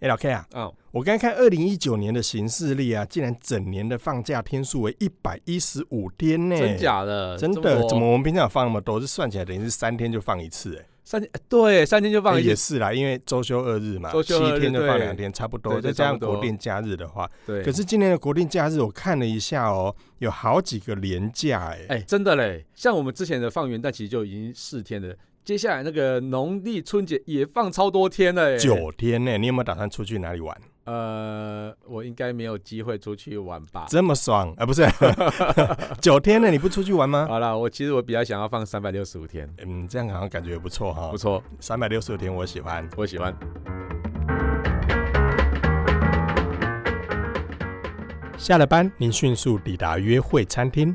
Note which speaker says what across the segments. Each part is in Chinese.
Speaker 1: 哎，老 K 啊，
Speaker 2: 哦，
Speaker 1: 我刚看二零一九年的行事历啊，竟然整年的放假天数为一百一十五天呢、
Speaker 2: 真？假的？
Speaker 1: 真
Speaker 2: 这么
Speaker 1: 的？
Speaker 2: 多
Speaker 1: 怎么我们平常有放那么多？这算起来等于是三天就放一次、哎、
Speaker 2: 三天？对，三天就 放
Speaker 1: 哎
Speaker 2: 一
Speaker 1: 也
Speaker 2: 天。
Speaker 1: 是啦，因为周休二日嘛，
Speaker 2: 周休二日
Speaker 1: 七天就放
Speaker 2: 对
Speaker 1: 两天，差不多。
Speaker 2: 对
Speaker 1: 再
Speaker 2: 就
Speaker 1: 加
Speaker 2: 差
Speaker 1: 上
Speaker 2: 不多
Speaker 1: 国定假日的话，
Speaker 2: 对，
Speaker 1: 可是今年的国定假日我看了一下哦，有好几个连假、哎、
Speaker 2: 哎、真的嘞，像我们之前的放元旦其实就已经四天了，接下来那个农历春节也放超多天了、哎。
Speaker 1: 九天呢、你有没有打算出去哪里玩？
Speaker 2: 呃，我应该没有机会出去玩吧？
Speaker 1: 这么爽啊？不是， 九天呢？你不出去玩吗？
Speaker 2: 好啦，我其实我比较想要放三百六十五天，
Speaker 1: 嗯，这样好像感觉不错哈、
Speaker 2: 不错，
Speaker 1: 三百六十五天我喜欢。
Speaker 2: 我喜欢。
Speaker 1: 下了班，您迅速抵达约会餐厅，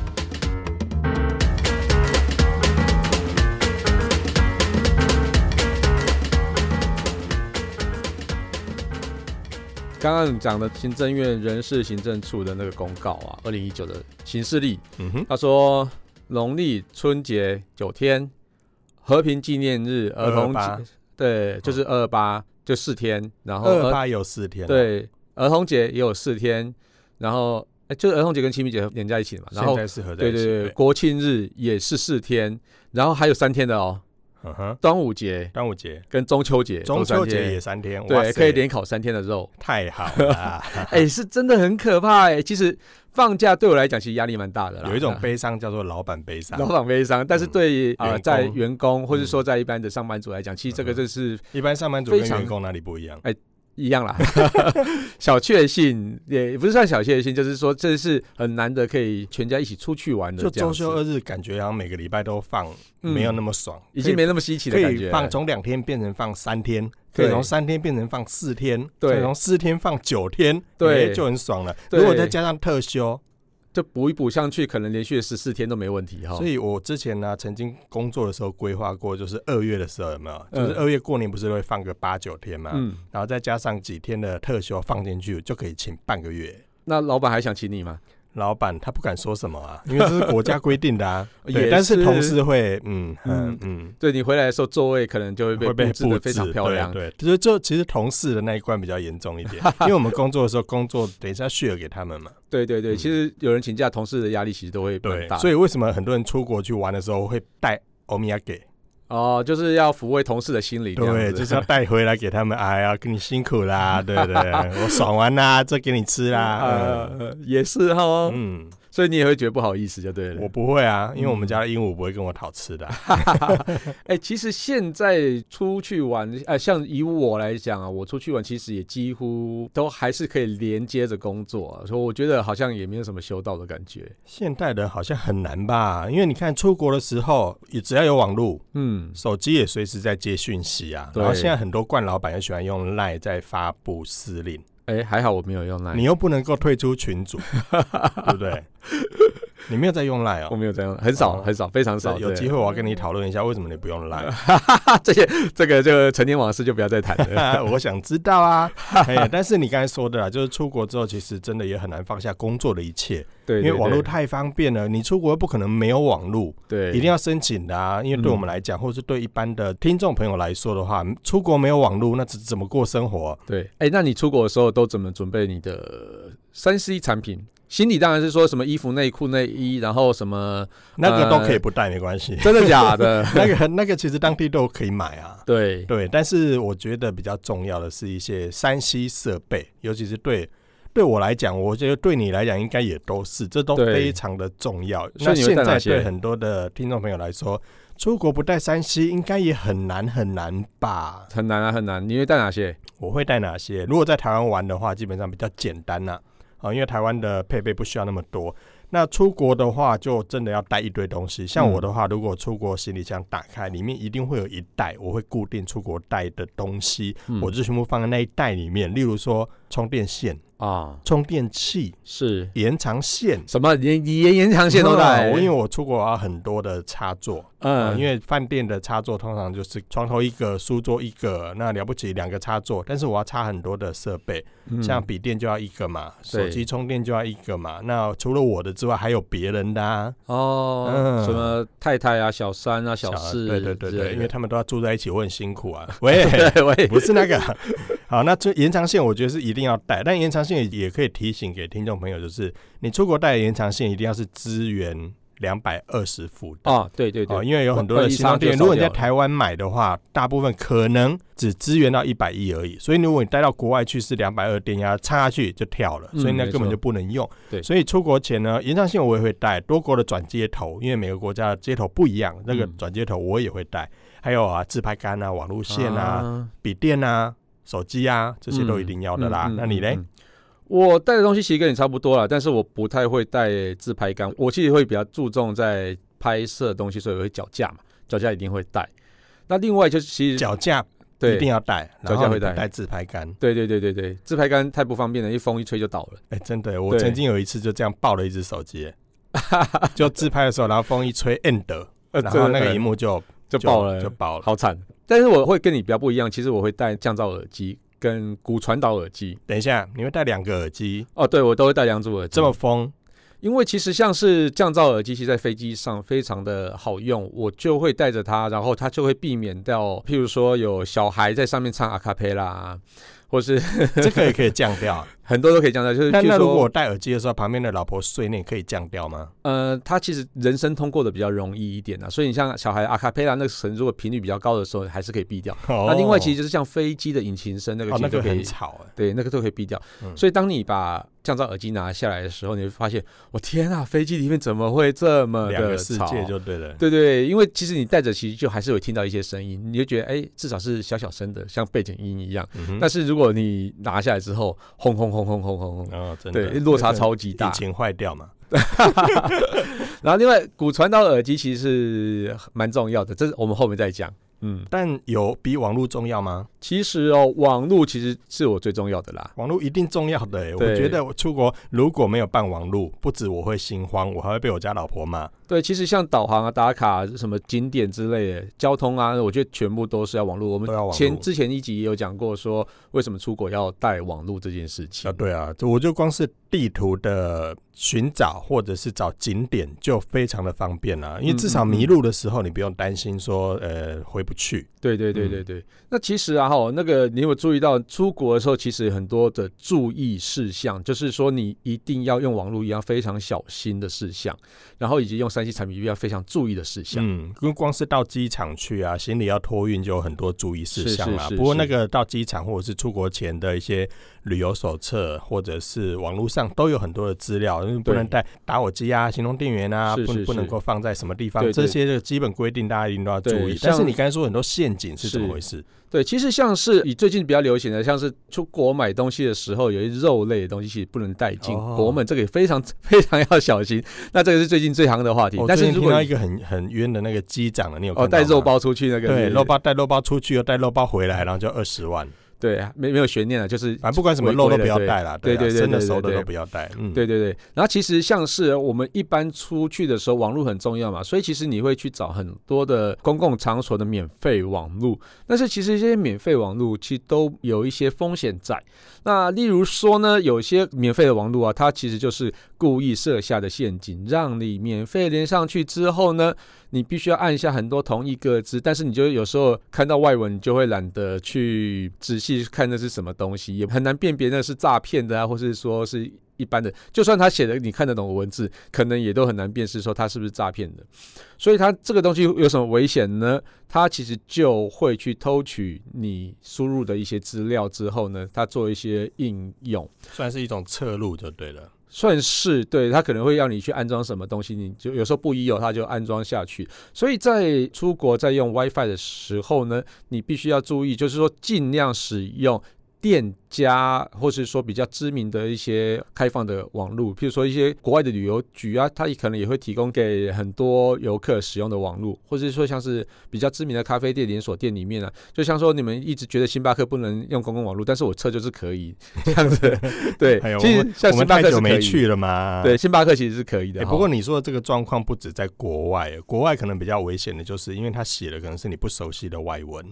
Speaker 2: 刚刚你讲的行政院人事行政处的那个公告啊，二零一九的行事历，
Speaker 1: 嗯哼，
Speaker 2: 他说农历春节九天，和平纪念日、儿童
Speaker 1: 228
Speaker 2: 节，对，就是二八，就四天，然后
Speaker 1: 二
Speaker 2: 儿
Speaker 1: 八有四天，，啊
Speaker 2: 对儿童节也有四天，然后哎就是儿童节跟清明节连在一起的嘛，然
Speaker 1: 现
Speaker 2: 后
Speaker 1: 在是合在
Speaker 2: 对
Speaker 1: 一起。
Speaker 2: 对对，国庆日也是四天，然后还有三天的哦，
Speaker 1: 嗯哼，
Speaker 2: 端午节
Speaker 1: 端午节、
Speaker 2: 跟中秋节
Speaker 1: 中
Speaker 2: 都三
Speaker 1: 秋节
Speaker 2: 天
Speaker 1: 也三天，哇
Speaker 2: 对，
Speaker 1: 塞
Speaker 2: 可以连烤三天的肉。
Speaker 1: 太好了啊，
Speaker 2: 哎、是真的很可怕哎、其实放假对我来讲，其实压力蛮大的啦。
Speaker 1: 有一种悲伤叫做老板悲伤
Speaker 2: 老，板悲伤，但是
Speaker 1: 嗯
Speaker 2: 对于啊、
Speaker 1: 员工嗯
Speaker 2: 在员工或者说在一般的上班族来讲，其实这个就是
Speaker 1: 一般上班族跟
Speaker 2: 非常
Speaker 1: 员工哪里不一样？
Speaker 2: 一 样啦，小确幸也不是算小确幸，就是说这是很难得可以全家一起出去玩的
Speaker 1: 就
Speaker 2: 这样
Speaker 1: 周
Speaker 2: 子，
Speaker 1: 休二日，感觉好像每个礼拜都放，
Speaker 2: 嗯
Speaker 1: 没有那么爽，
Speaker 2: 已
Speaker 1: 可
Speaker 2: 经
Speaker 1: 以
Speaker 2: 没那么稀奇的
Speaker 1: 可
Speaker 2: 感
Speaker 1: 以
Speaker 2: 觉。
Speaker 1: 放从两天变成放三天，可以
Speaker 2: 对
Speaker 1: 从三天变成放四天，
Speaker 2: 对
Speaker 1: 再从四天放九天，
Speaker 2: 对
Speaker 1: 哎就很爽了。
Speaker 2: 对
Speaker 1: 如果再加上特休，
Speaker 2: 就补一补上去，可能连续十四天都没问题哈。
Speaker 1: 所以我之前呢、曾经工作的时候规划过，就是二月的时候有没有？
Speaker 2: 嗯
Speaker 1: 就是二月过年不是都会放个八九天嘛，
Speaker 2: 嗯，
Speaker 1: 然后再加上几天的特休放进去，就可以请半个月。
Speaker 2: 那老板还想请你吗？
Speaker 1: 老板他不敢说什么啊，因为这是国家规定的 啊。
Speaker 2: 也
Speaker 1: 对，但是
Speaker 2: 是
Speaker 1: 同事会，嗯嗯
Speaker 2: 嗯
Speaker 1: 嗯，
Speaker 2: 对你回来的时候，座位可能就会被
Speaker 1: 会被
Speaker 2: 布置的非常
Speaker 1: 布置
Speaker 2: 漂亮。
Speaker 1: 对，对就是就其实同事的那一关比较严重一 点，因为我们工作的时候，工作等一下 share 给他们嘛，
Speaker 2: 对对对，
Speaker 1: 嗯
Speaker 2: 其实有人请假，同事的压力其实都会蛮
Speaker 1: 对
Speaker 2: 大，的。
Speaker 1: 所以为什么很多人出国去玩的时候会带欧米亚给？
Speaker 2: 哦，就是要抚慰同事的心理，这样
Speaker 1: 对，
Speaker 2: 子
Speaker 1: 就是 要带回来给他们，哎呀，给你辛苦啦，对不对？我爽完啦，这给你吃啦。嗯
Speaker 2: 呃，也是哈，
Speaker 1: 嗯，
Speaker 2: 所以你也会觉得不好意思，就对了嗯
Speaker 1: 我。不会啊，因为我们家的鹦鹉不会跟我讨吃的啊。
Speaker 2: 哎、其实现在出去玩，呃，像以我来讲啊，我出去玩其实也几乎都还是可以连接着工作、啊，所以我觉得好像也没有什么修道的感觉。
Speaker 1: 现代人好像很难吧？因为你看出国的时候，也只要有网络，
Speaker 2: 嗯，
Speaker 1: 手机也随时在接讯息啊。
Speaker 2: 对
Speaker 1: 然后现在很多惯老板也喜欢用 LINE 在发布司令，
Speaker 2: 哎、还好我没有用那，
Speaker 1: 你又不能够退出群组， 对不对？你没有在用 LINE
Speaker 2: 我
Speaker 1: 哦。
Speaker 2: 没有这样，很少、
Speaker 1: 哦
Speaker 2: 很少，非常少。
Speaker 1: 有
Speaker 2: 对
Speaker 1: 机会我要跟你讨论一下为什么你不用 LINE，
Speaker 2: 啊，这些这个这个陈年往事就不要再谈 了。
Speaker 1: 我想知道 啊。哎，但是你刚才说的啦，就是出国之后，其实真的也很难放下工作的一切，
Speaker 2: 对，
Speaker 1: 因为网络
Speaker 2: 对
Speaker 1: 太方便了。你出国又不可能没有网络，
Speaker 2: 对，嗯
Speaker 1: 一定要申请的啊，因为对我们来讲，或是对一般的听众朋友来说的话，出国没有网络，那怎怎么过生活？啊
Speaker 2: 对，哎、那你出国的时候都怎么准备你的三 C 产品？心里当然是说什么衣服、内裤、内衣，然后 什么，。
Speaker 1: 那个都可以不带，没关系
Speaker 2: 真的假的？
Speaker 1: 那个那个其实当地都可以买啊。
Speaker 2: 对，
Speaker 1: 对，但是我觉得比较重要的是一些山西设备，尤其是对对我来讲，我觉得对你来讲应该也都是，这都
Speaker 2: 对
Speaker 1: 非常的重要。
Speaker 2: 所
Speaker 1: 那
Speaker 2: 以你会
Speaker 1: 现
Speaker 2: 带哪
Speaker 1: 在
Speaker 2: 些
Speaker 1: 对很多的听众朋友来说，出国不带山西应该也很难很难吧？
Speaker 2: 很难啊，很难。你会带哪些？
Speaker 1: 我会带哪些？如果在台湾玩的话，基本上比较简单啦、啊，因为台湾的配备不需要那么多。那出国的话，就真的要带一堆东西。像我
Speaker 2: 嗯
Speaker 1: 的话，如果出国行李箱打开，里面一定会有一袋，我会固定出国带的东西，
Speaker 2: 嗯
Speaker 1: 我就全部放在那一袋里面。例如说充电线，
Speaker 2: 啊，
Speaker 1: 充电器、
Speaker 2: 是
Speaker 1: 延长线。
Speaker 2: 什么连连延长线都带？
Speaker 1: 嗯我因为我出国啊，很多的插座，嗯，
Speaker 2: 嗯，
Speaker 1: 因为饭店的插座通常就是床头一个，书桌一个，那了不起两个插座，但是我要插很多的设备，
Speaker 2: 为
Speaker 1: 像笔电就要一个嘛，手
Speaker 2: 嗯对
Speaker 1: 机充电就要一个嘛。那除了我的之外，还有别人的啊，
Speaker 2: 哦
Speaker 1: 嗯，
Speaker 2: 什么太太啊、小三啊、小四，
Speaker 1: 对对对对，因为
Speaker 2: 他
Speaker 1: 他们都要住在一起，我很辛苦啊。喂，
Speaker 2: 对我也
Speaker 1: 不是那个。 好，那这延长线我觉得是一定要带，但延长线也可以提醒给听众朋友，就是你出国带的延长线一定要是支援两百二十伏的。
Speaker 2: 啊，对对
Speaker 1: 哦，
Speaker 2: 对，
Speaker 1: 因为有很多
Speaker 2: 不
Speaker 1: 的
Speaker 2: 然一
Speaker 1: 新光
Speaker 2: 插就
Speaker 1: 电源，
Speaker 2: 烧
Speaker 1: 如果你在
Speaker 2: 掉了
Speaker 1: 台湾买的话，大部分可能只支援到一百一而已。所以如果你带到国外去是两百二电压，插下去就跳了，所以
Speaker 2: 嗯
Speaker 1: 那
Speaker 2: 没
Speaker 1: 根本
Speaker 2: 错
Speaker 1: 就不能用。
Speaker 2: 对
Speaker 1: 所以出国前呢，延长线我也会带，多国的转接头，因为每个国家的接头不一样，那个
Speaker 2: 嗯
Speaker 1: 转接头我也会带。还有啊，自拍杆啊，网路线啊，
Speaker 2: 啊，
Speaker 1: 笔电啊、手机啊，这些都一定要的啦。
Speaker 2: 嗯嗯
Speaker 1: 那你嘞？
Speaker 2: 嗯我带的东西其实跟你差不多了，但是我不太会带自拍杆，我其实会比较注重在拍摄的东西，所以我会脚架嘛，脚架一定会带。那另外就是其实
Speaker 1: 脚架
Speaker 2: 嗯对
Speaker 1: 一定要带，然
Speaker 2: 脚架
Speaker 1: 后
Speaker 2: 会
Speaker 1: 你不
Speaker 2: 带
Speaker 1: 带自拍杆。
Speaker 2: 对对对对对，自拍杆太不方便了，一风一吹就倒了。
Speaker 1: 哎、真的，我
Speaker 2: 对
Speaker 1: 曾经有一次就这样抱了一只手 机，就自拍的时候，然后风一吹，end，
Speaker 2: 呃
Speaker 1: 然后那个
Speaker 2: 一
Speaker 1: 荧幕就
Speaker 2: 就爆了，
Speaker 1: 就爆了。
Speaker 2: 好惨。但是我会跟你比较不一样，其实我会戴降噪耳机跟骨传导耳机。
Speaker 1: 等一下，你会戴两个耳机，
Speaker 2: 哦，对，我都会戴两组耳机。
Speaker 1: 这么疯，
Speaker 2: 因为其实像是降噪耳机，其实在飞机上非常的好用，我就会带着它，然后它就会避免掉，譬如说有小孩在上面唱阿卡贝拉，啊 或是
Speaker 1: 这个也可以降掉。
Speaker 2: 很多都可以降噪。 就是
Speaker 1: 但
Speaker 2: 譬
Speaker 1: 那如
Speaker 2: 如
Speaker 1: 果我
Speaker 2: 说，
Speaker 1: 戴耳机的时候，旁边的老婆碎念，可以降掉吗？
Speaker 2: 呃，它其实人声通过的比较容易一点啊，所以你像小孩阿卡贝拉那个声，如果频率比较高的时候，还是可以避掉。
Speaker 1: 哦
Speaker 2: 那另外其实就是像飞机的引擎声，那个
Speaker 1: 哦，
Speaker 2: 其
Speaker 1: 那个
Speaker 2: 实就可以
Speaker 1: 很吵哎、
Speaker 2: 对，那个都可以避掉。
Speaker 1: 嗯
Speaker 2: 所以当你把降噪耳机拿下来的时候，你会发现，我天啊，飞机里面怎么会这么
Speaker 1: 欸两
Speaker 2: 的
Speaker 1: 个世
Speaker 2: 呃吵？
Speaker 1: 界就对了。
Speaker 2: 对对，因为其实你戴着，其实就还是有听到一些声音，你就觉得哎，至少是小小声的，像背景音一样。
Speaker 1: 嗯哼
Speaker 2: 但是如果你拿下来之后，轰轰轰轰轰轰轰，
Speaker 1: 哦，真的
Speaker 2: 对，落差超级
Speaker 1: 引
Speaker 2: 大。
Speaker 1: 擎坏掉嘛？
Speaker 2: 然后另外，骨传导耳机其实是蛮重要的，这是我们后面再讲。嗯，
Speaker 1: 但有比网络重要吗？
Speaker 2: 其实哦，网络其实是我最重要的啦。
Speaker 1: 网络一定重要的、欸，我
Speaker 2: 对
Speaker 1: 觉得我出国如果没有办网络，不止我会心慌，我还会被我家老婆骂。
Speaker 2: 对，其实像导航啊、打卡、什么景点之类的、交通啊，我觉得全部都是要网络。我们
Speaker 1: 都要网
Speaker 2: 前
Speaker 1: 络
Speaker 2: 之前一集也有讲过，说为什么出国要带网络这件事情
Speaker 1: 啊，。对啊，就我就光是地图的寻找或者是找景点就非常的方便啊啦、因为至少
Speaker 2: 嗯嗯嗯
Speaker 1: 迷路的时候你不用担心说呃回不去。
Speaker 2: 对对对
Speaker 1: 嗯
Speaker 2: 对对。那其实啊，哈，那个你有没有注意到，出国的时候其实很多的注意事项，就是说你一定要用网络一样非常小心的事项，然后以及用三 C 产品一定要非常注意的事项。
Speaker 1: 嗯，因为光是到机场去啊，行李要托运就有很多注意事项啦。
Speaker 2: 是是是
Speaker 1: 不过那个到机场或者是出国前的一些旅游手册，或者是网络上都有很多的资料，因为不能带打火机啊、行动电源啊，
Speaker 2: 是
Speaker 1: 不
Speaker 2: 是
Speaker 1: 不能
Speaker 2: 是
Speaker 1: 够放在什么地方，
Speaker 2: 对对
Speaker 1: 这些的基本规定大家一定都要注
Speaker 2: 对
Speaker 1: 意。但是
Speaker 2: 像
Speaker 1: 你刚才说很多陷阱是怎么
Speaker 2: 是
Speaker 1: 回事？
Speaker 2: 对，其实像是以最近比较流行的，像是出国买东西的时候，有一肉类的东西其实不能带进
Speaker 1: 哦
Speaker 2: 国门，这个也非常 非常要小心。那这个是最近最夯的话题。
Speaker 1: 我哦
Speaker 2: 但
Speaker 1: 最
Speaker 2: 是
Speaker 1: 近
Speaker 2: 如
Speaker 1: 听
Speaker 2: 果
Speaker 1: 到
Speaker 2: 你
Speaker 1: 一个很很冤的那个机长了，你有看
Speaker 2: 哦
Speaker 1: 到
Speaker 2: 带肉
Speaker 1: 吗
Speaker 2: 包出去那个
Speaker 1: 对，
Speaker 2: 是
Speaker 1: 肉包带肉包出去，又带肉包回来，然后就二十万。
Speaker 2: 对没没有悬念了，就是
Speaker 1: 反正不管什么肉都不要带啦，
Speaker 2: 对
Speaker 1: 对啊
Speaker 2: 对对
Speaker 1: 生的
Speaker 2: 对对
Speaker 1: 熟的
Speaker 2: 对
Speaker 1: 都不要带。嗯，
Speaker 2: 对对对，然后其实像是我们一般出去的时候，网络很重要嘛，所以其实你会去找很多的公共场所的免费网络，但是其实这些免费网络其实都有一些风险在。那例如说呢，有些免费的网络啊，它其实就是故意设下的陷阱，让你免费连上去之后呢，你必须要按下很多同意各自，但是你就有时候看到外文，你就会懒得去仔细看那是什么东西，也很难辨别那是诈骗的啊，或是说是一般的。就算他写的你看得懂的文字，可能也都很难辨识说他是不是诈骗的。所以它这个东西有什么危险呢？它其实就会去偷取你输入的一些资料之后呢，它做一些应用。
Speaker 1: 算是一种侧路就对了。
Speaker 2: 算是对他可能会让你去安装什么东西，你就有时候不一有他就安装下去。所以在出国在用 WiFi 的时候呢，你必须要注意，就是说尽量使用店家，或是说比较知名的一些开放的网路，譬如说一些国外的旅游局啊，它也可能也会提供给很多游客使用的网路，或者是说像是比较知名的咖啡店、连锁店里面啊，就像说你们一直觉得星巴克不能用公共网路，但是我测就是可以这样子。 对
Speaker 1: 哎呦，
Speaker 2: 其实像
Speaker 1: 我
Speaker 2: 星
Speaker 1: 们
Speaker 2: 巴
Speaker 1: 太
Speaker 2: 克是
Speaker 1: 久
Speaker 2: 可
Speaker 1: 没
Speaker 2: 以。
Speaker 1: 去了嘛。
Speaker 2: 对，星巴克其实是可以的
Speaker 1: 哎、
Speaker 2: 哈。
Speaker 1: 不过你说的这个状况不止在国外，国外可能比较危险的就是，因为他写的可能是你不熟悉的外文。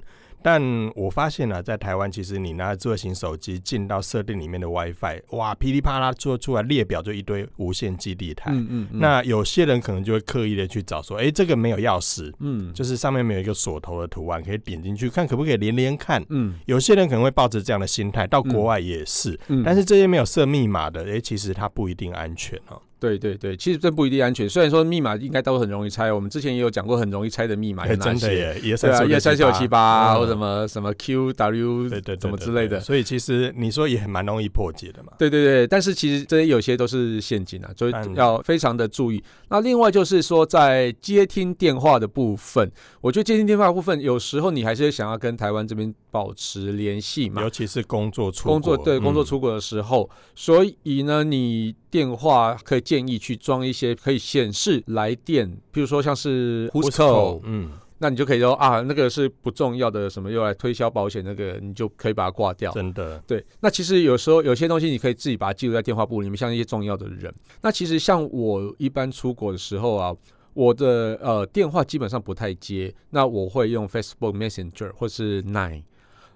Speaker 1: 但我发现呢、啊在台湾，其实你拿智慧型手机进到设定里面的 WiFi，哇，噼里啪啦做出来列表就一堆无线基地台。
Speaker 2: 嗯嗯，嗯
Speaker 1: 哎那有些人可能就会刻意的去找说，哎、这个没有钥匙，
Speaker 2: 嗯
Speaker 1: 就是上面没有一个锁头的图案，可以点进去看可不可以连连看。
Speaker 2: 嗯
Speaker 1: 有些人可能会抱着这样的心态，到国外也是，
Speaker 2: 嗯，
Speaker 1: 但是这些没有设密码的，哎、其实它不一定安全哦。
Speaker 2: 对对对，其实这不一定安全。虽然说密码应该都很容易猜，我们之前也有讲过很容易猜的密码
Speaker 1: 哎
Speaker 2: 有哪
Speaker 1: 真的
Speaker 2: 些。
Speaker 1: 耶，一二
Speaker 2: 对
Speaker 1: 三
Speaker 2: 啊，
Speaker 1: 四
Speaker 2: 一二三四五七八，或什
Speaker 1: 么，
Speaker 2: 么什么 Q W，
Speaker 1: 嗯对对对，
Speaker 2: 怎么
Speaker 1: 对
Speaker 2: 之类的
Speaker 1: 对所以其实你说也很蛮容易破解的嘛。
Speaker 2: 对对对，但是其实这些有些都是陷阱啊，所以
Speaker 1: 嗯
Speaker 2: 要非常的注意。那另外就是说，在接听电话的部分，我觉得接听电话的部分，有时候你还是想要跟台湾这边保持联系嘛
Speaker 1: 尤。其是工作出
Speaker 2: 工作
Speaker 1: 国
Speaker 2: 对工作
Speaker 1: 嗯
Speaker 2: 出国的时候，所以呢，你电话可以建议去装一些可以显示来电，比如说像是 Who's Call，
Speaker 1: 嗯，
Speaker 2: 那你就可以说啊，那个是不重要的，什么用来推销保险那个，你就可以把它挂掉。
Speaker 1: 真的，
Speaker 2: 对，那其实有时候有些东西你可以自己把它记录在电话簿里面，像一些重要的人。那其实像我一般出国的时候啊，我的呃电话基本上不太接，那我会用 Facebook Messenger 或是 Line。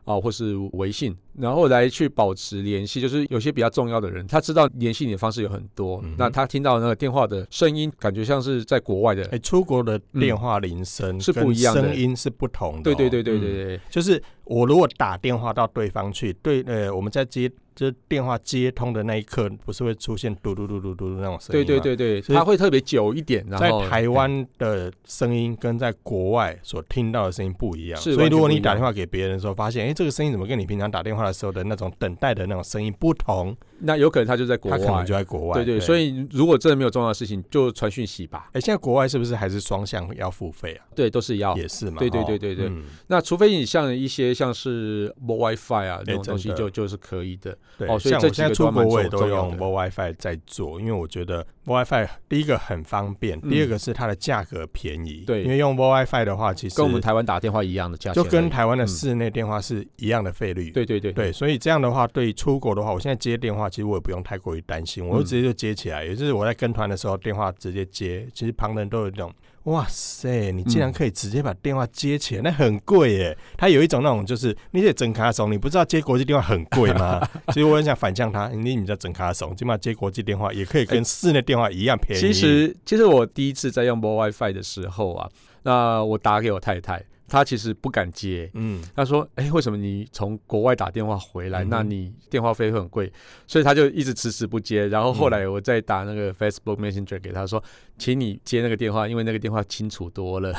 Speaker 2: 啊、或是微信，然后来去保持联系，就是有些比较重要的人，他知道联系你的方式有很多，
Speaker 1: 嗯哼
Speaker 2: 那他听到那个电话的声音，感觉像是在国外的，
Speaker 1: 哎、出国的电
Speaker 2: 嗯
Speaker 1: 话铃声
Speaker 2: 是不
Speaker 1: 跟
Speaker 2: 一样的
Speaker 1: 声音是不同的哦、
Speaker 2: 对对对对
Speaker 1: 嗯
Speaker 2: 对对，
Speaker 1: 就是我如果打电话到对方去，对，呃，我们在接就是电话接通的那一刻，不是会出现嘟嘟嘟嘟嘟的那种声音
Speaker 2: 对
Speaker 1: 吗？
Speaker 2: 对对对，
Speaker 1: 所以
Speaker 2: 他会特别久一点，然
Speaker 1: 在
Speaker 2: 后
Speaker 1: 台湾的声音跟在国外所听到的声音不一样，
Speaker 2: 是
Speaker 1: 所以如果
Speaker 2: 完全不
Speaker 1: 你
Speaker 2: 一样
Speaker 1: 打电话给别人的时候，发现哎、诶这个声音怎么跟你平常打电话的时候的那种等待的那种声音不同，
Speaker 2: 那有可能他就在国
Speaker 1: 他
Speaker 2: 外，
Speaker 1: 可能就在国外。
Speaker 2: 对对，所以如果真的没有重要的事情，就传讯息吧。
Speaker 1: 哎、诶现在国外是不是还是双向要付费啊？
Speaker 2: 对，都是要。
Speaker 1: 也是嘛，
Speaker 2: 对对
Speaker 1: 哦
Speaker 2: 对对对
Speaker 1: 嗯
Speaker 2: 那除非你像一些像是 WiFi 啊那种东西
Speaker 1: 哎真
Speaker 2: 就，
Speaker 1: 的
Speaker 2: 就就是可以的。
Speaker 1: 对，
Speaker 2: 哦所以
Speaker 1: 像
Speaker 2: 这
Speaker 1: 我
Speaker 2: 几
Speaker 1: 现在
Speaker 2: 个
Speaker 1: 出
Speaker 2: 都
Speaker 1: 国
Speaker 2: 蛮
Speaker 1: 我也
Speaker 2: 重
Speaker 1: 都
Speaker 2: 重要
Speaker 1: 用 WiFi 在做，因为我觉得 WiFi 第一个很方便，
Speaker 2: 嗯
Speaker 1: 第二个是它的价格便宜。
Speaker 2: 对
Speaker 1: 因为用 WiFi 的话，其实
Speaker 2: 跟我们台湾打电话一样的价钱
Speaker 1: 就
Speaker 2: 而已，
Speaker 1: 跟台湾的
Speaker 2: 嗯
Speaker 1: 室内电话是一样的费率。
Speaker 2: 对对对
Speaker 1: 对，所以这样的话，对于出国的话，我现在接电话，其实我也不用太过于担心，我就
Speaker 2: 嗯
Speaker 1: 直接就接起来。也就是我在跟团的时候，电话直接接，其实旁人都有一种“哇塞，你竟然
Speaker 2: 嗯
Speaker 1: 可以直接把电话接起来，那很贵耶！”他有一种那种就是你得整卡怂，你不知道接国际电话很贵 吗？其实我很想反向他，你你叫整卡怂，起码接国际电话也可以跟室内电话一样便宜。
Speaker 2: 哎其实其实我第一次在用 WiFi 的时候啊，那我打给我太太，她其实不敢接。
Speaker 1: 嗯，
Speaker 2: 她说：“哎，为什么你从国外打电话回来，
Speaker 1: 嗯哼
Speaker 2: 那你电话费会很贵？”所以她就一直迟迟不接。然后后来
Speaker 1: 嗯
Speaker 2: 我再打那个 Facebook Messenger 给她说：“请你接那个电话，因为那个电话清楚多了。”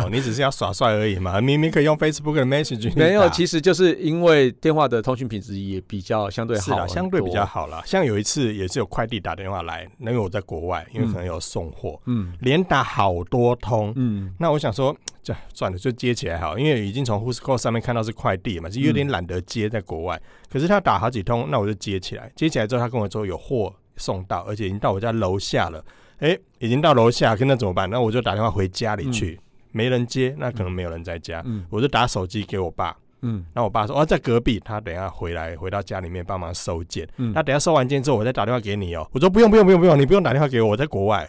Speaker 1: 哦，你只是要耍帅而已嘛，明明可以用 Facebook 的 Message
Speaker 2: 没有，
Speaker 1: 打
Speaker 2: 其实就是因为电话的通讯品质也比较相对
Speaker 1: 是
Speaker 2: 好
Speaker 1: 啦，
Speaker 2: 很多，
Speaker 1: 相对比较好啦。像有一次也是有快递打电话来，那因为我在国外，因为可能有送货，
Speaker 2: 嗯
Speaker 1: 连打好多通。
Speaker 2: 嗯，
Speaker 1: 那我想说，这算了，就接起来好，因为已经从 Who's Call 上面看到是快递嘛，就有
Speaker 2: 嗯
Speaker 1: 点懒得接在国外。可是他打好几通，那我就接起来。接起来之后，他跟我说有货送到，而且已经到我家楼下了。诶，已经到楼下，那怎么办？那我就打电话回家里去，没人接，那可能没有人在家，
Speaker 2: 嗯
Speaker 1: 我就打手机给我爸。
Speaker 2: 嗯
Speaker 1: 那我爸说：“哦，在隔壁，他等一下回来，回到家里面帮忙收件。
Speaker 2: 嗯
Speaker 1: 那等一下收完件之后，我再打电话给你哦。”我说：“不用，不用，不用，不用，你不用打电话给我，我在国外。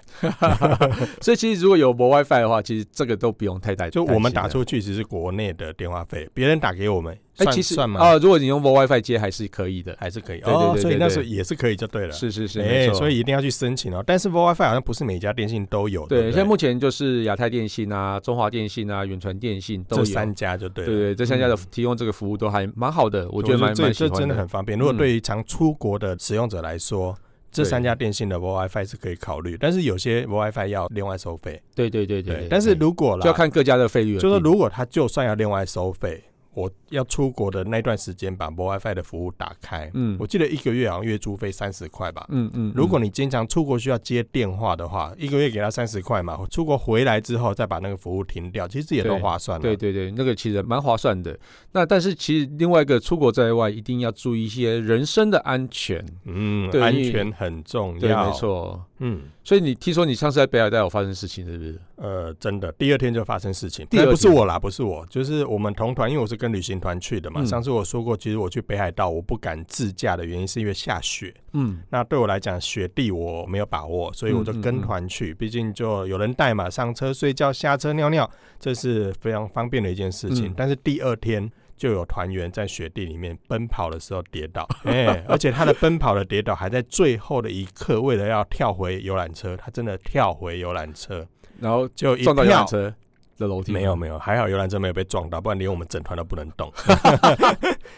Speaker 2: 所以其实如果有博 WiFi 的话，其实这个都不用太担
Speaker 1: 就我们
Speaker 2: 担
Speaker 1: 打
Speaker 2: 心
Speaker 1: 出
Speaker 2: 了
Speaker 1: 去只是国内的电话费，别人打给我们，
Speaker 2: 哎、
Speaker 1: 算、
Speaker 2: 其实
Speaker 1: 算吗？
Speaker 2: 啊、如果你用博 WiFi 接还是可以的，
Speaker 1: 还是可以
Speaker 2: 对对
Speaker 1: 哦，
Speaker 2: 对
Speaker 1: 所以
Speaker 2: 对
Speaker 1: 那
Speaker 2: 对
Speaker 1: 时候也是可以就对了。
Speaker 2: 是是是，没
Speaker 1: 哎、
Speaker 2: 错。
Speaker 1: 所以一定要去申请哦。但是 WiFi 好像不是每家电信都有，对
Speaker 2: 对，
Speaker 1: 不对，
Speaker 2: 现在目前就是亚太电信啊、中华电信啊、远传电信都有，
Speaker 1: 这三家就对
Speaker 2: 对
Speaker 1: 了。
Speaker 2: 对对，这三家的
Speaker 1: 嗯
Speaker 2: 提供这个服务都还蛮好的，我觉得蛮
Speaker 1: 这
Speaker 2: 蛮喜
Speaker 1: 这
Speaker 2: 欢
Speaker 1: 真的很方便。如果
Speaker 2: 嗯
Speaker 1: 对于常出国的使用者来说，这
Speaker 2: 对
Speaker 1: 三家电信的 WiFi 是可以考虑，但是有些 WiFi 要另外收费。
Speaker 2: 对对对对
Speaker 1: 但是如果啦，
Speaker 2: 就要看各家的费率而定，
Speaker 1: 就是说如果他就算要另外收费，我要出国的那段时间把 WiFi 的服务打开。
Speaker 2: 嗯
Speaker 1: 我记得一个月好像月租费三十块吧。
Speaker 2: 嗯嗯，
Speaker 1: 如果你经常出国需要接电话的话，一个月给他三十块嘛，出国回来之后再把那个服务停掉，其实也都划算了。
Speaker 2: 对对对，那个其实蛮划算的。那但是其实另外一个出国在外一定要注意一些人身的安全，
Speaker 1: 嗯，
Speaker 2: 对
Speaker 1: 安
Speaker 2: 因为
Speaker 1: 全很重
Speaker 2: 对，
Speaker 1: 要。
Speaker 2: 没，错。
Speaker 1: 嗯。
Speaker 2: 所以你听说你上次在北海道有发生事情，是不是？
Speaker 1: 呃，真的，第二天就发生事情。
Speaker 2: 第
Speaker 1: 但
Speaker 2: 二天
Speaker 1: 不是我啦，不是我，就是我们同团，因为我是跟旅行团去的嘛。
Speaker 2: 嗯
Speaker 1: 上次我说过，其实我去北海道我不敢自驾的原因是因为下雪。
Speaker 2: 嗯，
Speaker 1: 那对我来讲，雪地我没有把握，所以我就跟团去。毕竟就有人带嘛，上车睡觉，下车尿尿，这是非常方便的一件事情。
Speaker 2: 嗯
Speaker 1: 但是第二天就有团员在雪地里面奔跑的时候跌倒， 哎、而且他的奔跑的跌倒还在最后的一刻，为了要跳回游览车，他真的跳回游览车，
Speaker 2: 然后
Speaker 1: 就一
Speaker 2: 撞到游
Speaker 1: 跳
Speaker 2: 览。车的楼梯，
Speaker 1: 没有没有，还好游览车没有被撞到，不然连我们整团都不能 动。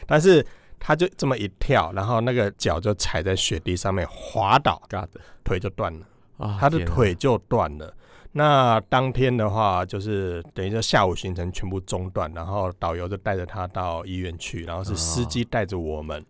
Speaker 1: 但是他就这么一跳，然后那个脚就踩在雪地上面滑倒，
Speaker 2: ，God
Speaker 1: 腿就断了，
Speaker 2: 啊，
Speaker 1: 他的
Speaker 2: 天哪，
Speaker 1: 腿就断了。那当天的话，就是等于说下午行程全部中断，然后导游就带着他到医院去，然后是司机带着我们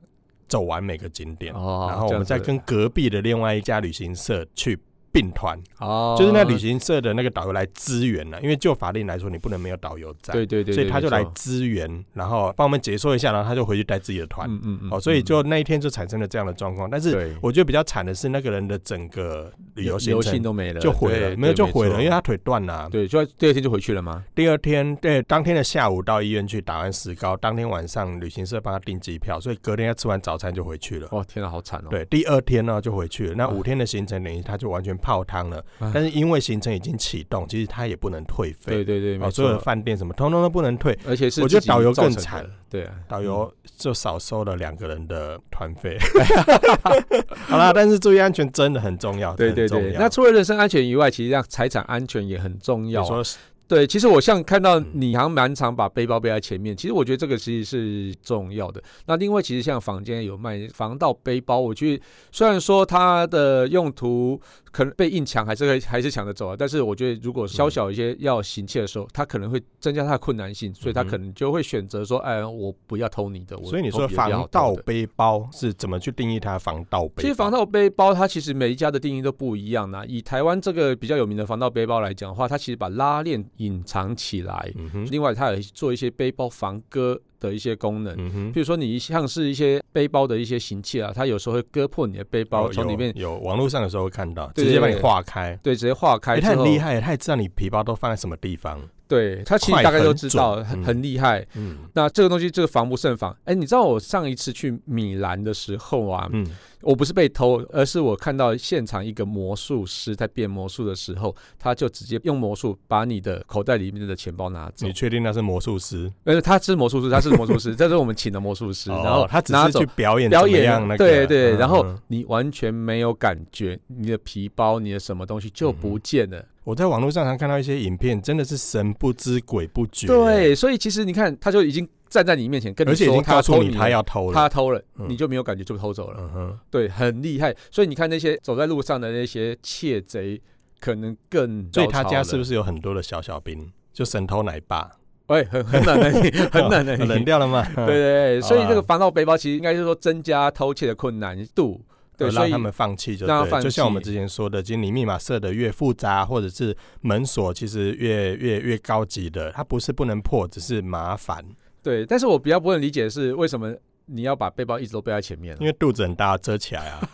Speaker 1: 走完每个景点，
Speaker 2: 哦，
Speaker 1: 然后我
Speaker 2: 这样
Speaker 1: 们再
Speaker 2: 子
Speaker 1: 跟隔壁的另外一家旅行社去并团，
Speaker 2: 哦，
Speaker 1: 就是那旅行社的那个导游来支援啊了、因为就法令来说，你不能没有导游在，
Speaker 2: 对对对，
Speaker 1: 所以
Speaker 2: 对
Speaker 1: 他就
Speaker 2: 没
Speaker 1: 来
Speaker 2: 错
Speaker 1: 支援，然后帮我们解说一下，然后他就回去带自己的团。
Speaker 2: 嗯嗯嗯，
Speaker 1: 哦，所以
Speaker 2: 嗯
Speaker 1: 就那一天就产生了这样的状况。但是
Speaker 2: 对
Speaker 1: 我觉得比较惨的是那个人的整个旅游行
Speaker 2: 游
Speaker 1: 程
Speaker 2: 信都没了，
Speaker 1: 就毁
Speaker 2: 对
Speaker 1: 了，没有就毁了，因为。
Speaker 2: 对
Speaker 1: 他
Speaker 2: 错
Speaker 1: 腿断了啊、
Speaker 2: 对，就第二天就回去了吗？
Speaker 1: 第二天，对，当天的下午到医院去打完石膏，当天晚上旅行社帮他订机票，所以隔天他吃完早餐就回去了。
Speaker 2: 哦，天哪，好惨哦！
Speaker 1: 对，第二天呢就回去了。那
Speaker 2: 啊
Speaker 1: 五天的行程等于他就完全泡汤了
Speaker 2: 啊。
Speaker 1: 但是因为行程已经启动，其实他也不能退
Speaker 2: 对
Speaker 1: 费，
Speaker 2: 对对，没
Speaker 1: 哦，所有的
Speaker 2: 错，
Speaker 1: 饭店什么通通都不能退。
Speaker 2: 而且是
Speaker 1: 我觉得
Speaker 2: 自己
Speaker 1: 导游更
Speaker 2: 造成的
Speaker 1: 惨，
Speaker 2: 对啊，
Speaker 1: 导游就少收了两个人的团 费。好啦，但是注意安全真的很重要，
Speaker 2: 对对
Speaker 1: 很重
Speaker 2: 对，
Speaker 1: 要
Speaker 2: 那除了人身安全以外，其实让财产安全也很重要
Speaker 1: 你
Speaker 2: 啊。
Speaker 1: 说
Speaker 2: 对，其实我像看到
Speaker 1: 嗯
Speaker 2: 你好像蛮常把背包背在前面，其实我觉得这个其实是重要的。那另外，其实像房间有卖防盗背包，我觉得虽然说它的用途可能被硬抢还是会还是抢得走啊，但是我觉得
Speaker 1: 嗯
Speaker 2: 如果小小一些要行窃的时候，它可能会增加它的困难性，所以它
Speaker 1: 嗯哼
Speaker 2: 可能就会选择说，哎，我不要偷你的，我
Speaker 1: 所以你
Speaker 2: 偷
Speaker 1: 说
Speaker 2: 别人比较
Speaker 1: 防
Speaker 2: 好偷
Speaker 1: 盗
Speaker 2: 的
Speaker 1: 背包是怎么去定义它的防盗背包？
Speaker 2: 其实防盗背包它其实每一家的定义都不一样啊啦。以台湾这个比较有名的防盗背包来讲的话，它其实把拉链隐藏起来，
Speaker 1: 嗯哼，
Speaker 2: 另外它有做一些背包防割的一些功能。
Speaker 1: 嗯哼，
Speaker 2: 比如说，你像是一些背包的一些行窃啊，它有时候会割破你的背包，
Speaker 1: 哦有
Speaker 2: 从里面
Speaker 1: 有有网络上的时候会看到，
Speaker 2: 对
Speaker 1: 直接把你
Speaker 2: 对
Speaker 1: 划开。
Speaker 2: 对直接划开
Speaker 1: 欸
Speaker 2: 之
Speaker 1: 他很
Speaker 2: 后，
Speaker 1: 厉害，他也知道你皮包都放在什么地方。
Speaker 2: 对它其
Speaker 1: 快
Speaker 2: 实大概都
Speaker 1: 很
Speaker 2: 知
Speaker 1: 准
Speaker 2: 道，很
Speaker 1: 嗯
Speaker 2: 很厉害。
Speaker 1: 嗯
Speaker 2: 那这个东西，这个防不胜防。哎，你知道我上一次去米兰的时候啊，
Speaker 1: 嗯，
Speaker 2: 我不是被偷，而是我看到现场一个魔术师在变魔术的时候，他就直接用魔术把你的口袋里面的钱包拿走
Speaker 1: 你。确定那是魔术师？
Speaker 2: 而且他是魔术师，他是魔术师，这是我 们请的魔术师，然后
Speaker 1: 哦他只
Speaker 2: 拿
Speaker 1: 是
Speaker 2: 走
Speaker 1: 去表演
Speaker 2: 表
Speaker 1: 怎么
Speaker 2: 演
Speaker 1: 样那个，
Speaker 2: 对对，
Speaker 1: 嗯
Speaker 2: 然后
Speaker 1: 嗯
Speaker 2: 你完全没有感觉，你的皮包、你的什么东西就不见了。
Speaker 1: 我在网络上常看到一些影片，真的是神不知鬼不觉。
Speaker 2: 对，，所以其实你看，他就已经站在你面前跟你
Speaker 1: 而且已
Speaker 2: 说
Speaker 1: 经告
Speaker 2: 他
Speaker 1: 诉
Speaker 2: 偷
Speaker 1: 你
Speaker 2: 的
Speaker 1: 他要偷了。
Speaker 2: 他偷了，
Speaker 1: 嗯
Speaker 2: 你就没有感觉就偷走了。
Speaker 1: 嗯哼，
Speaker 2: 对，很厉害。所以你看那些走在路上的那些窃贼，可能更
Speaker 1: 所以他家是不
Speaker 2: 是？
Speaker 1: 是有很多的小小兵？就神偷奶爸，
Speaker 2: 哎、很很难的， 很难的。
Speaker 1: 哦冷掉了吗？
Speaker 2: 对对对，所以
Speaker 1: 好啦
Speaker 2: 这个防盗背包其实应该是说增加偷窃的困难度。对，
Speaker 1: 呃
Speaker 2: 所
Speaker 1: 让
Speaker 2: 以
Speaker 1: 他们放弃就
Speaker 2: 让他
Speaker 1: 对，
Speaker 2: 放
Speaker 1: 就像我们
Speaker 2: 弃
Speaker 1: 之前说的，其实你密码设的越复杂，或者是门锁其实越越越高级的，它不是不能破，只是麻烦，
Speaker 2: 对，但是我比较不能理解的是为什么你要把背包一直都背在前面呢
Speaker 1: 因为肚子很大遮起来啊。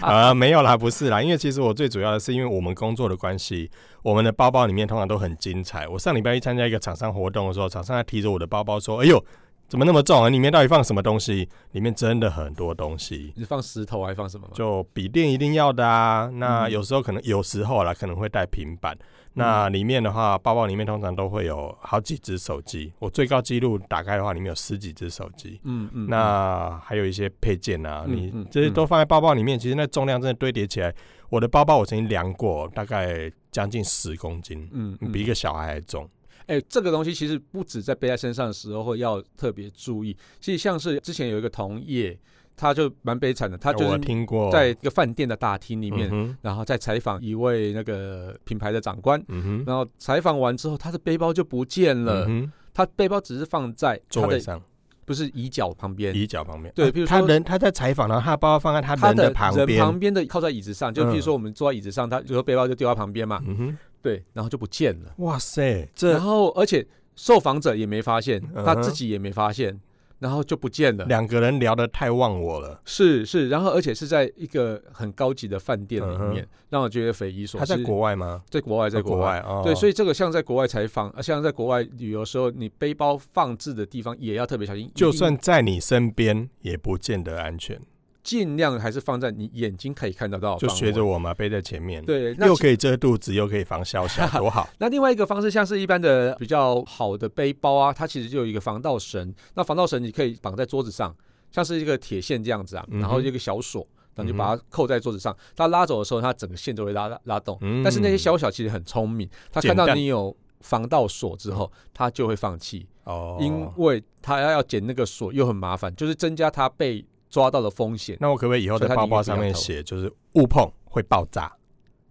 Speaker 1: 啊，没有啦，不是啦，因为其实我最主要的是因为我们工作的关系，我们的包包里面通常都很精彩。我上礼拜一参加一个厂商活动的时候，厂商还提着我的包包说：“哎呦，怎么那么重啊？里面到底放什么东西？里面真的很多东西。”
Speaker 2: 你是放石头还是放什么吗？
Speaker 1: 就笔电一定要的啊。那
Speaker 2: 嗯
Speaker 1: 有时候可能有时候啦，可能会带平板。那里面的话，包包里面通常都会有好几只手机。我最高记录打开的话，里面有十几只手机。
Speaker 2: 嗯嗯，
Speaker 1: 那还有一些配件啊，
Speaker 2: 嗯
Speaker 1: 你
Speaker 2: 嗯
Speaker 1: 这些都放在包包里面，其实那重量真的堆叠起来。我的包包我曾经量过，大概将近十公斤，
Speaker 2: 嗯，嗯
Speaker 1: 比一个小孩还重。
Speaker 2: 哎、这个东西其实不止在背在身上的时候要特别注意。其实像是之前有一个同业，他就蛮悲惨的，他就
Speaker 1: 哎我
Speaker 2: 是
Speaker 1: 听过
Speaker 2: 在一个饭店的大厅里面，
Speaker 1: 哦嗯哼
Speaker 2: 然后再采访一位那个品牌的长官，
Speaker 1: 嗯哼，
Speaker 2: 然后采访完之后，他的背包就不见了。
Speaker 1: 嗯哼
Speaker 2: 他背包只是放在
Speaker 1: 座
Speaker 2: 他
Speaker 1: 位
Speaker 2: 的
Speaker 1: 上
Speaker 2: 不是椅角旁边，
Speaker 1: 椅角旁边。
Speaker 2: 对
Speaker 1: 啊
Speaker 2: 譬如
Speaker 1: 他
Speaker 2: 说
Speaker 1: 人他在采访，然后他包包放在他
Speaker 2: 他
Speaker 1: 人的
Speaker 2: 的
Speaker 1: 旁
Speaker 2: 人
Speaker 1: 边。
Speaker 2: 旁边的靠在椅子上，就譬如
Speaker 1: 嗯
Speaker 2: 说我们坐在椅子上，他有时候背包就丢在旁边嘛，
Speaker 1: 嗯哼，
Speaker 2: 对，然后就不见了。
Speaker 1: 哇塞，
Speaker 2: 然
Speaker 1: 这
Speaker 2: 后而且受访者也没发现
Speaker 1: 嗯，
Speaker 2: 他
Speaker 1: 哼
Speaker 2: 自己也没发现，然后就不见了。
Speaker 1: 两个人聊得太忘我了。
Speaker 2: 是是，然后而且是在一个很高级的饭店
Speaker 1: 嗯
Speaker 2: 里
Speaker 1: 哼
Speaker 2: 面，让我觉得匪夷所
Speaker 1: 他
Speaker 2: 思。
Speaker 1: 在国外吗？
Speaker 2: 在国外，在国
Speaker 1: 国
Speaker 2: 外。
Speaker 1: 外哦。
Speaker 2: 对，所
Speaker 1: 以
Speaker 2: 以这个像在国外采访，呃像在国外旅游的时候，你背包放置的地方也要特别小心，
Speaker 1: 就
Speaker 2: 一定
Speaker 1: 算在你身边，也不见得安全。
Speaker 2: 哦尽量还是放在你眼睛可以看得到的
Speaker 1: 就
Speaker 2: 范围，
Speaker 1: 学着我嘛，背在前面。。
Speaker 2: 对，那
Speaker 1: 又
Speaker 2: 其
Speaker 1: 可以遮肚子，又可以防小小，多好！
Speaker 2: 那另外一个方式，像是一般的比较好的背包啊，它其实就有一个防盗绳。那防盗绳你可以绑在桌子上，像是一个铁线这样子啊，
Speaker 1: 嗯哼
Speaker 2: 然后一个小锁，然后就
Speaker 1: 嗯哼
Speaker 2: 把它扣在桌子上。它拉走的时候，它整个线都会拉拉拉动。
Speaker 1: 嗯
Speaker 2: 但是那些小小其实很聪明，他看
Speaker 1: 简
Speaker 2: 到
Speaker 1: 单
Speaker 2: 你有防盗锁之后，他就会放弃，
Speaker 1: 哦，
Speaker 2: 因为他要要剪那个锁又很麻烦，就是增加他被抓到的风险。
Speaker 1: 那我可不可以以后在
Speaker 2: 所以
Speaker 1: 包
Speaker 2: 他宁愿
Speaker 1: 包
Speaker 2: 不
Speaker 1: 上
Speaker 2: 要
Speaker 1: 面
Speaker 2: 偷啊
Speaker 1: 写，就是勿碰会爆炸？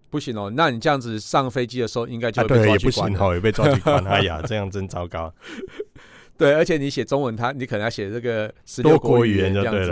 Speaker 2: 不行哦，那你这样子上飞机的时候应该就
Speaker 1: 啊，
Speaker 2: 会被
Speaker 1: 对，
Speaker 2: 抓
Speaker 1: 也
Speaker 2: 去
Speaker 1: 不
Speaker 2: 关
Speaker 1: 行
Speaker 2: 了。
Speaker 1: 哦，也被抓去 关。哎呀，这样真糟糕，
Speaker 2: 对，而且你写中文它，你可能要 写这个十
Speaker 1: 多
Speaker 2: 六
Speaker 1: 国
Speaker 2: 国
Speaker 1: 语言
Speaker 2: 言
Speaker 1: 就
Speaker 2: 这样
Speaker 1: 对
Speaker 2: 子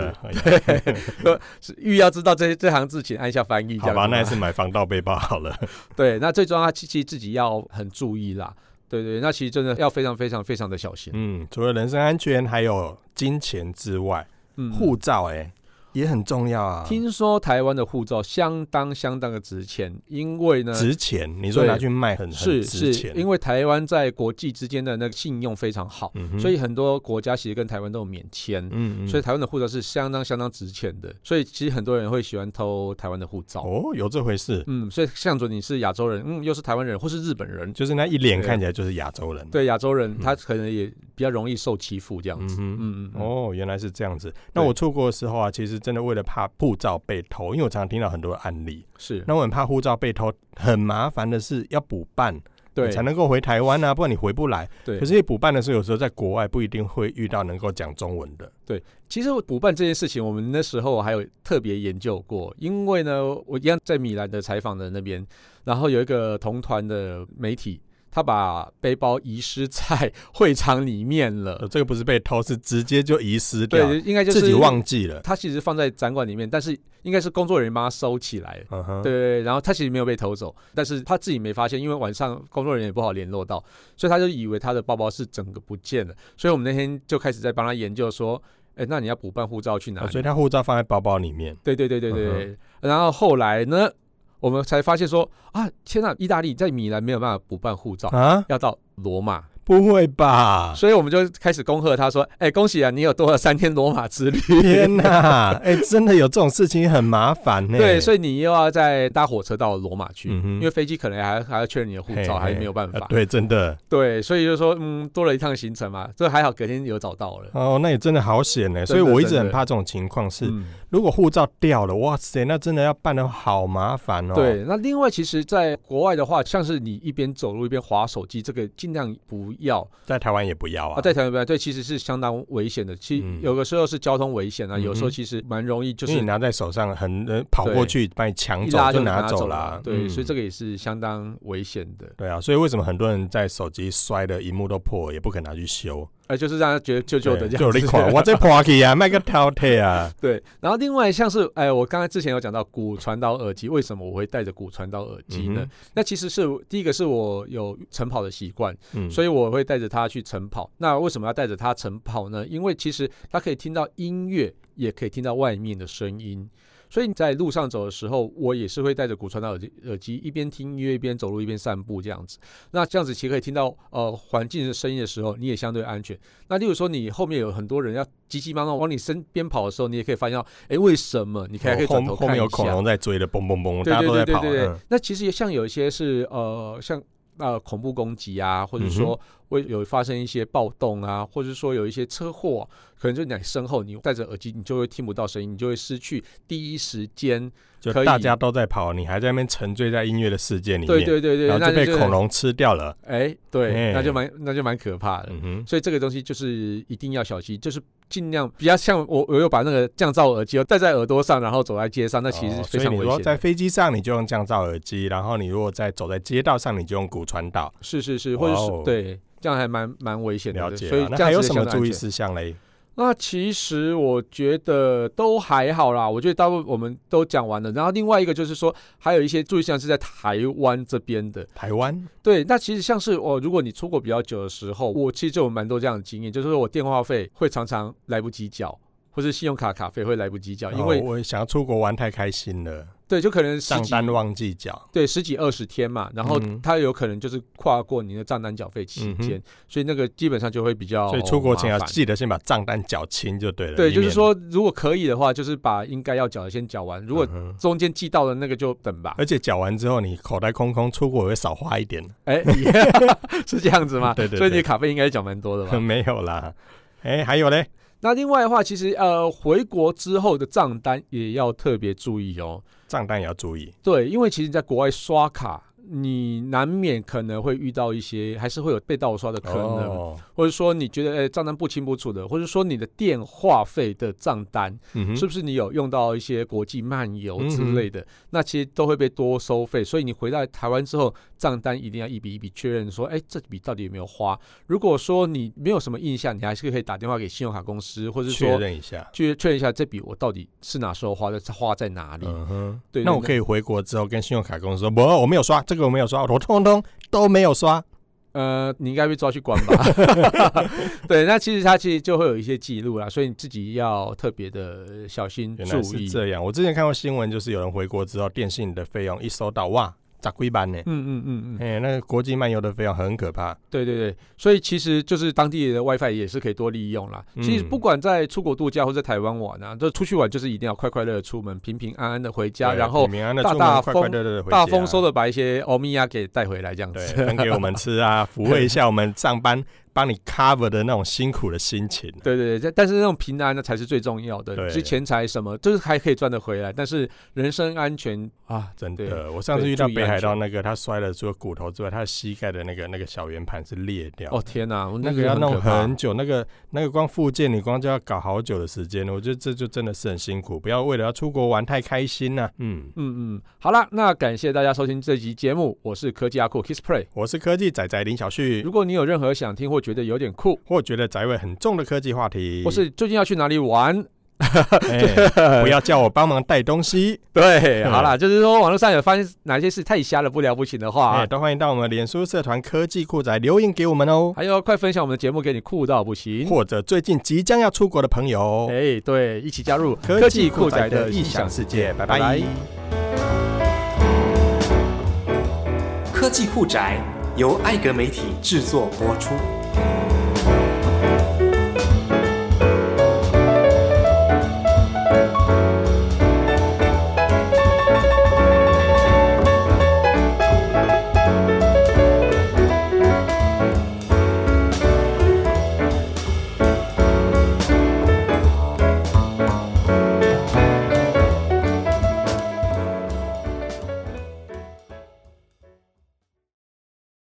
Speaker 1: 了。。哎呀
Speaker 2: 是欲要知道这这行字，请按下翻译。这
Speaker 1: 好
Speaker 2: 样
Speaker 1: 吧，
Speaker 2: 子
Speaker 1: 那还
Speaker 2: 嘛
Speaker 1: 是买防盗背包好 了。
Speaker 2: 对。那最重要，其实自己要很注意啦。对对，那其实真的要非常非常非常的小心。
Speaker 1: 嗯，除了人身安全，还有金钱之外，
Speaker 2: 嗯，
Speaker 1: 护照哎、也很重要啊。
Speaker 2: 听说台湾的护照相当相当的值钱，因为呢。
Speaker 1: 值钱，你说
Speaker 2: 对
Speaker 1: 拿去卖很很
Speaker 2: 是
Speaker 1: 值
Speaker 2: 是，
Speaker 1: 钱，
Speaker 2: 因为台湾在国际之间的那个信用非常好，
Speaker 1: 嗯哼
Speaker 2: 所以很多国家其实跟台湾都有免签，
Speaker 1: 嗯嗯，
Speaker 2: 所以台湾的护照是相当相当值钱的，所以其实很多人会喜欢偷台湾的护照。
Speaker 1: 哦，有这回事，
Speaker 2: 嗯，所以向准你是亚洲人，嗯，又是台湾人或是日本人，
Speaker 1: 就是那一脸
Speaker 2: 对啊
Speaker 1: 看起来就是亚洲人。，
Speaker 2: 对亚洲人
Speaker 1: 嗯
Speaker 2: 他可能也比较容易受欺负这样
Speaker 1: 嗯
Speaker 2: 子。
Speaker 1: 哼。
Speaker 2: 嗯嗯嗯，
Speaker 1: 哦，原来是这样子。那
Speaker 2: 对
Speaker 1: 我出国的时候啊，其实真的为了怕护照被偷，因为我常常听到很多案例。
Speaker 2: 是，
Speaker 1: 那我很怕护照被偷，很麻烦的是要补办，
Speaker 2: 对
Speaker 1: 你才能够回台湾啊，不然你回不来。
Speaker 2: 对。
Speaker 1: 可是你补办的时候，有时候在国外不一定会遇到能够讲中文的。
Speaker 2: 嗯其实我补办这件事情，我们那时候还有特别研究过，因为呢，我一样在米兰的采访的那边，然后有一个同团的媒体，他把背包遗失在会场里面
Speaker 1: 呃，
Speaker 2: 了。
Speaker 1: 这个不是被偷，是直接就遗失掉，
Speaker 2: 对，应该就是
Speaker 1: 自己。忘记了。
Speaker 2: 他其实放在展馆里面，但是应该是工作人员帮他收起来了。
Speaker 1: 嗯哼，
Speaker 2: 对，然后他其实没有被偷走，但是他自己没发现，因为晚上工作人员也不好联络到，所以他就以为他的包包是整个不见了。所以我们那天就开始在帮他研究说，哎，那你要补办护照去哪
Speaker 1: 哦
Speaker 2: 里？
Speaker 1: 所以他护照放在包包里面。
Speaker 2: 对对对对对
Speaker 1: 嗯哼
Speaker 2: 对。然后后来呢，我们才发现说，啊，天呐，意大利在米兰没有办法补办护照，
Speaker 1: 啊，
Speaker 2: 要到罗马。
Speaker 1: 不会 吧？
Speaker 2: 所以我们就开始恭贺他说，哎，恭喜啊，你有多了三天罗马之旅。
Speaker 1: 天哪！哎、真的有这种事情很麻烦呢、
Speaker 2: 对，所
Speaker 1: 以
Speaker 2: 以你又要再搭火车到罗马去，
Speaker 1: 嗯哼呃
Speaker 2: 因为飞机可能还还要确认你的护照，还没有办法。
Speaker 1: 对，真的
Speaker 2: 对，所以就是说，嗯，多了一趟行程嘛，这还好，隔天有找到了。
Speaker 1: 哦，那也真的好险呢、所以
Speaker 2: 真的
Speaker 1: 我一直
Speaker 2: 真的
Speaker 1: 很怕这种情况是，
Speaker 2: 嗯
Speaker 1: 如果护照掉了，哇塞，那真的要办的好麻烦哦。，
Speaker 2: 对。那另外，其实，在国外的话，像是你一边走路一边划手机，这个尽量不要
Speaker 1: 在台湾也不要啊，
Speaker 2: 啊。在台湾本来对，其实是相当危险的。其
Speaker 1: 嗯
Speaker 2: 有的时候是交通危险啊，有
Speaker 1: 嗯
Speaker 2: 时候
Speaker 1: 哼
Speaker 2: 其实蛮容易
Speaker 1: 就
Speaker 2: 就
Speaker 1: 是是你拿在手上很，呃、跑过去把你抢
Speaker 2: 一
Speaker 1: 走
Speaker 2: 拉
Speaker 1: 拿
Speaker 2: 拿
Speaker 1: 走嗯
Speaker 2: 了。对，所以这
Speaker 1: 个。
Speaker 2: 个也是相当危险的。
Speaker 1: 对啊，所以为什么很多人在手机摔的荧幕都破，也不肯拿去修？
Speaker 2: 呃，就是让他觉得旧旧的
Speaker 1: 对
Speaker 2: 这
Speaker 1: 就
Speaker 2: 样
Speaker 1: 有
Speaker 2: 子
Speaker 1: 一。款，我这破去啊，卖个饕餮啊，
Speaker 2: 对，然后另外像是，哎，我刚才之前有讲到骨传导耳机，为什么我会戴着骨传导耳机呢？
Speaker 1: 嗯哼
Speaker 2: 那其实是第一个是我有晨跑的习惯，
Speaker 1: 嗯，
Speaker 2: 所以我会带着它去晨跑。那为什么要带着它晨跑呢？因为其实它可以听到音乐，也可以听到外面的声音。所以你在路上走的时候，我也是会带着骨传导耳机，耳机一边听音乐一边走路一边散步这样子。那这样子其实可以听到呃环境的声音的时候，你也相对安全。那例如说你后面有很多人要急急忙忙往你身边跑的时候，你也可以发现到，哎，为什么？你可以可以
Speaker 1: 后
Speaker 2: 转头
Speaker 1: 哦后
Speaker 2: 看
Speaker 1: 面
Speaker 2: 一
Speaker 1: 有恐
Speaker 2: 下。
Speaker 1: 龙在追的，嘣嘣嘣，
Speaker 2: 对
Speaker 1: 大家
Speaker 2: 对
Speaker 1: 都
Speaker 2: 对
Speaker 1: 在
Speaker 2: 对
Speaker 1: 跑。
Speaker 2: 对对。
Speaker 1: 嗯
Speaker 2: 那其实也像有一些是呃，像呃恐怖攻击啊，或者
Speaker 1: 嗯
Speaker 2: 说会有发生一些暴动啊，或者说有一些车祸，可能就你身后你戴着耳机，你就会听不到声音，你就会失去第一时间。
Speaker 1: 就
Speaker 2: 可以
Speaker 1: 大家都在跑，你还在那边沉醉在音乐的世界里面，
Speaker 2: 对对对对，
Speaker 1: 然
Speaker 2: 那
Speaker 1: 后就被
Speaker 2: 是
Speaker 1: 恐。龙吃掉了。
Speaker 2: 哎，对
Speaker 1: 哎，
Speaker 2: 那就蛮那就蛮可怕的。
Speaker 1: 嗯哼，
Speaker 2: 所以这个东西就是一定要小心，就是尽量比较像我，我有把那个降噪耳机戴在耳朵上，然后走在街上，那其实
Speaker 1: 哦
Speaker 2: 非
Speaker 1: 所以
Speaker 2: 常
Speaker 1: 你
Speaker 2: 危
Speaker 1: 如果
Speaker 2: 险的。
Speaker 1: 在飞机上，你就用降噪耳机；然后你如果在走在街道上，你就用骨传导。
Speaker 2: 是是是，或者
Speaker 1: 哇
Speaker 2: 是
Speaker 1: 哦
Speaker 2: 对。这样还蛮蛮危险的。
Speaker 1: 了解
Speaker 2: 所以
Speaker 1: 了。那
Speaker 2: 这
Speaker 1: 还
Speaker 2: 样
Speaker 1: 有
Speaker 2: 子
Speaker 1: 什么
Speaker 2: 相对
Speaker 1: 注意
Speaker 2: 安全
Speaker 1: 事项嘞？
Speaker 2: 那其实我觉得都还好啦，我觉得大部分我们都讲完了。然后另外一个就是说，还有一些注意事项是在台湾这边的。
Speaker 1: 台湾
Speaker 2: 对，那其实像是我、如果你出国比较久的时候，我其实就有蛮多这样的经验，就是说我电话费会常常来不及缴，或是信用卡卡费会来不及缴，因为、
Speaker 1: 哦我想要出国玩太开心了，
Speaker 2: 对，就可能十
Speaker 1: 账
Speaker 2: 几
Speaker 1: 单忘记缴。
Speaker 2: 对十几二十天嘛，然后
Speaker 1: 嗯
Speaker 2: 它有可能就是跨过你的账单缴费期间，
Speaker 1: 嗯
Speaker 2: 所以那个基本上就会比较
Speaker 1: 所以出国前要
Speaker 2: 哦麻烦
Speaker 1: 记得先把账单缴清就对了。
Speaker 2: 对，
Speaker 1: 以
Speaker 2: 就是
Speaker 1: 免，
Speaker 2: 说如果可以的话，就是把应该要缴的先缴完，如果
Speaker 1: 嗯哼
Speaker 2: 中间寄到的那个就等吧。
Speaker 1: 而且缴完之后你口袋空空，出国也会少花一点。
Speaker 2: 哎，是这样子吗？
Speaker 1: 对对对
Speaker 2: 所以你的卡费应该是缴蛮多的 吧？
Speaker 1: 没有啦。哎、还有嘞，
Speaker 2: 那另外的话，其实呃，回国之后的账单也要特别注意哦。
Speaker 1: 账单也要注意。
Speaker 2: 对，因为其实你在国外刷卡，你难免可能会遇到一些，还是会有被盗刷的可能，
Speaker 1: 哦，
Speaker 2: 或者说你觉得呃账单不清不楚的，或者说你的电话费的账单、
Speaker 1: 嗯哼
Speaker 2: 是不是你有用到一些国际漫游之
Speaker 1: 嗯哼
Speaker 2: 类的，那其实都会被多收费。所以你回到台湾之后，账单一定要一笔一笔确认，说，哎，这笔到底有没有花？如果说你没有什么印象，你还是可以打电话给信用卡公司，或者
Speaker 1: 确
Speaker 2: 说
Speaker 1: 认一下。
Speaker 2: 去确认一下这笔我到底是哪时候花的，花在哪里。
Speaker 1: 嗯哼，
Speaker 2: 对
Speaker 1: 那我可以回国之后跟信用卡公司说，不，我没有刷，这个我没有刷，我通通都没有刷。
Speaker 2: 呃，你应该被抓去关 吧？对，那其实它其实就会有一些记录啦，所以你自己要特别的小心
Speaker 1: 原
Speaker 2: 注
Speaker 1: 来是
Speaker 2: 意。
Speaker 1: 这样。我之前看过新闻，就是有人回国之后，电信的费用一收到，哇，咋贵版呢？
Speaker 2: 嗯嗯嗯嗯，
Speaker 1: 哎、那个国际漫游的费用很可怕。
Speaker 2: 对对对，所以其实就是当地的 WiFi 也是可以多利用啦。
Speaker 1: 嗯
Speaker 2: 其实不管在出国度假或在台湾玩啊，就出去玩就是一定要快快乐乐出门，平平安安的回家，
Speaker 1: 对啊
Speaker 2: 然后
Speaker 1: 平平安安的
Speaker 2: 大
Speaker 1: 出门，
Speaker 2: 大
Speaker 1: 快快
Speaker 2: 丰
Speaker 1: 乐乐的回
Speaker 2: 大
Speaker 1: 家
Speaker 2: 丰收的把一些欧米亚给带回来这样
Speaker 1: 对，
Speaker 2: 子。
Speaker 1: 分给我们吃啊，抚慰一下我们上班帮你 cover 的那种辛苦的心情。啊
Speaker 2: 对对对，但是那种平安呢才是最重要
Speaker 1: 对
Speaker 2: 的，之钱财什么就是还可以赚得回来，但是人身安全啊，
Speaker 1: 真
Speaker 2: 对
Speaker 1: 的，我上次遇到
Speaker 2: 注意
Speaker 1: 北海
Speaker 2: 安
Speaker 1: 道
Speaker 2: 全
Speaker 1: 那个，他摔了除了骨头之外，他的膝盖的那个那个小圆盘是裂掉的。
Speaker 2: 哦天哪，
Speaker 1: 那个
Speaker 2: 个
Speaker 1: 要
Speaker 2: 很
Speaker 1: 弄
Speaker 2: 可怕
Speaker 1: 很久，那个那个光复健，你光就要搞好久的时间了。我觉得这就真的是很辛苦，不要为了要出国玩太开心了、嗯，
Speaker 2: 嗯嗯，好啦，那感谢大家收听这集节目，我是科技阿酷 Kiss Play。
Speaker 1: 我是科技仔仔林小旭
Speaker 2: 如，果你有任何想听或觉得有点酷，
Speaker 1: 或觉得宅味很重的科技话题，
Speaker 2: 或是最近要去哪里玩，
Speaker 1: 哎不要叫我帮忙带东西，
Speaker 2: 对， 嗯好啦，就是说网络上有发现哪些事太瞎了不了不行的话
Speaker 1: 哎，
Speaker 2: 啊，
Speaker 1: 都欢迎到我们脸书社团科技酷宅留言给我们哦，
Speaker 2: 还有快分享我们的节目给你酷到不行，
Speaker 1: 或者最近即将要出国的朋友，
Speaker 2: 哎，对，一起加入
Speaker 1: 科技
Speaker 2: 酷
Speaker 1: 酷宅
Speaker 2: 宅
Speaker 1: 的
Speaker 2: 异
Speaker 1: 异想
Speaker 2: 想世
Speaker 1: 世界，拜
Speaker 2: 拜拜
Speaker 1: 拜。
Speaker 3: 科技酷宅由艾格媒体制作播出。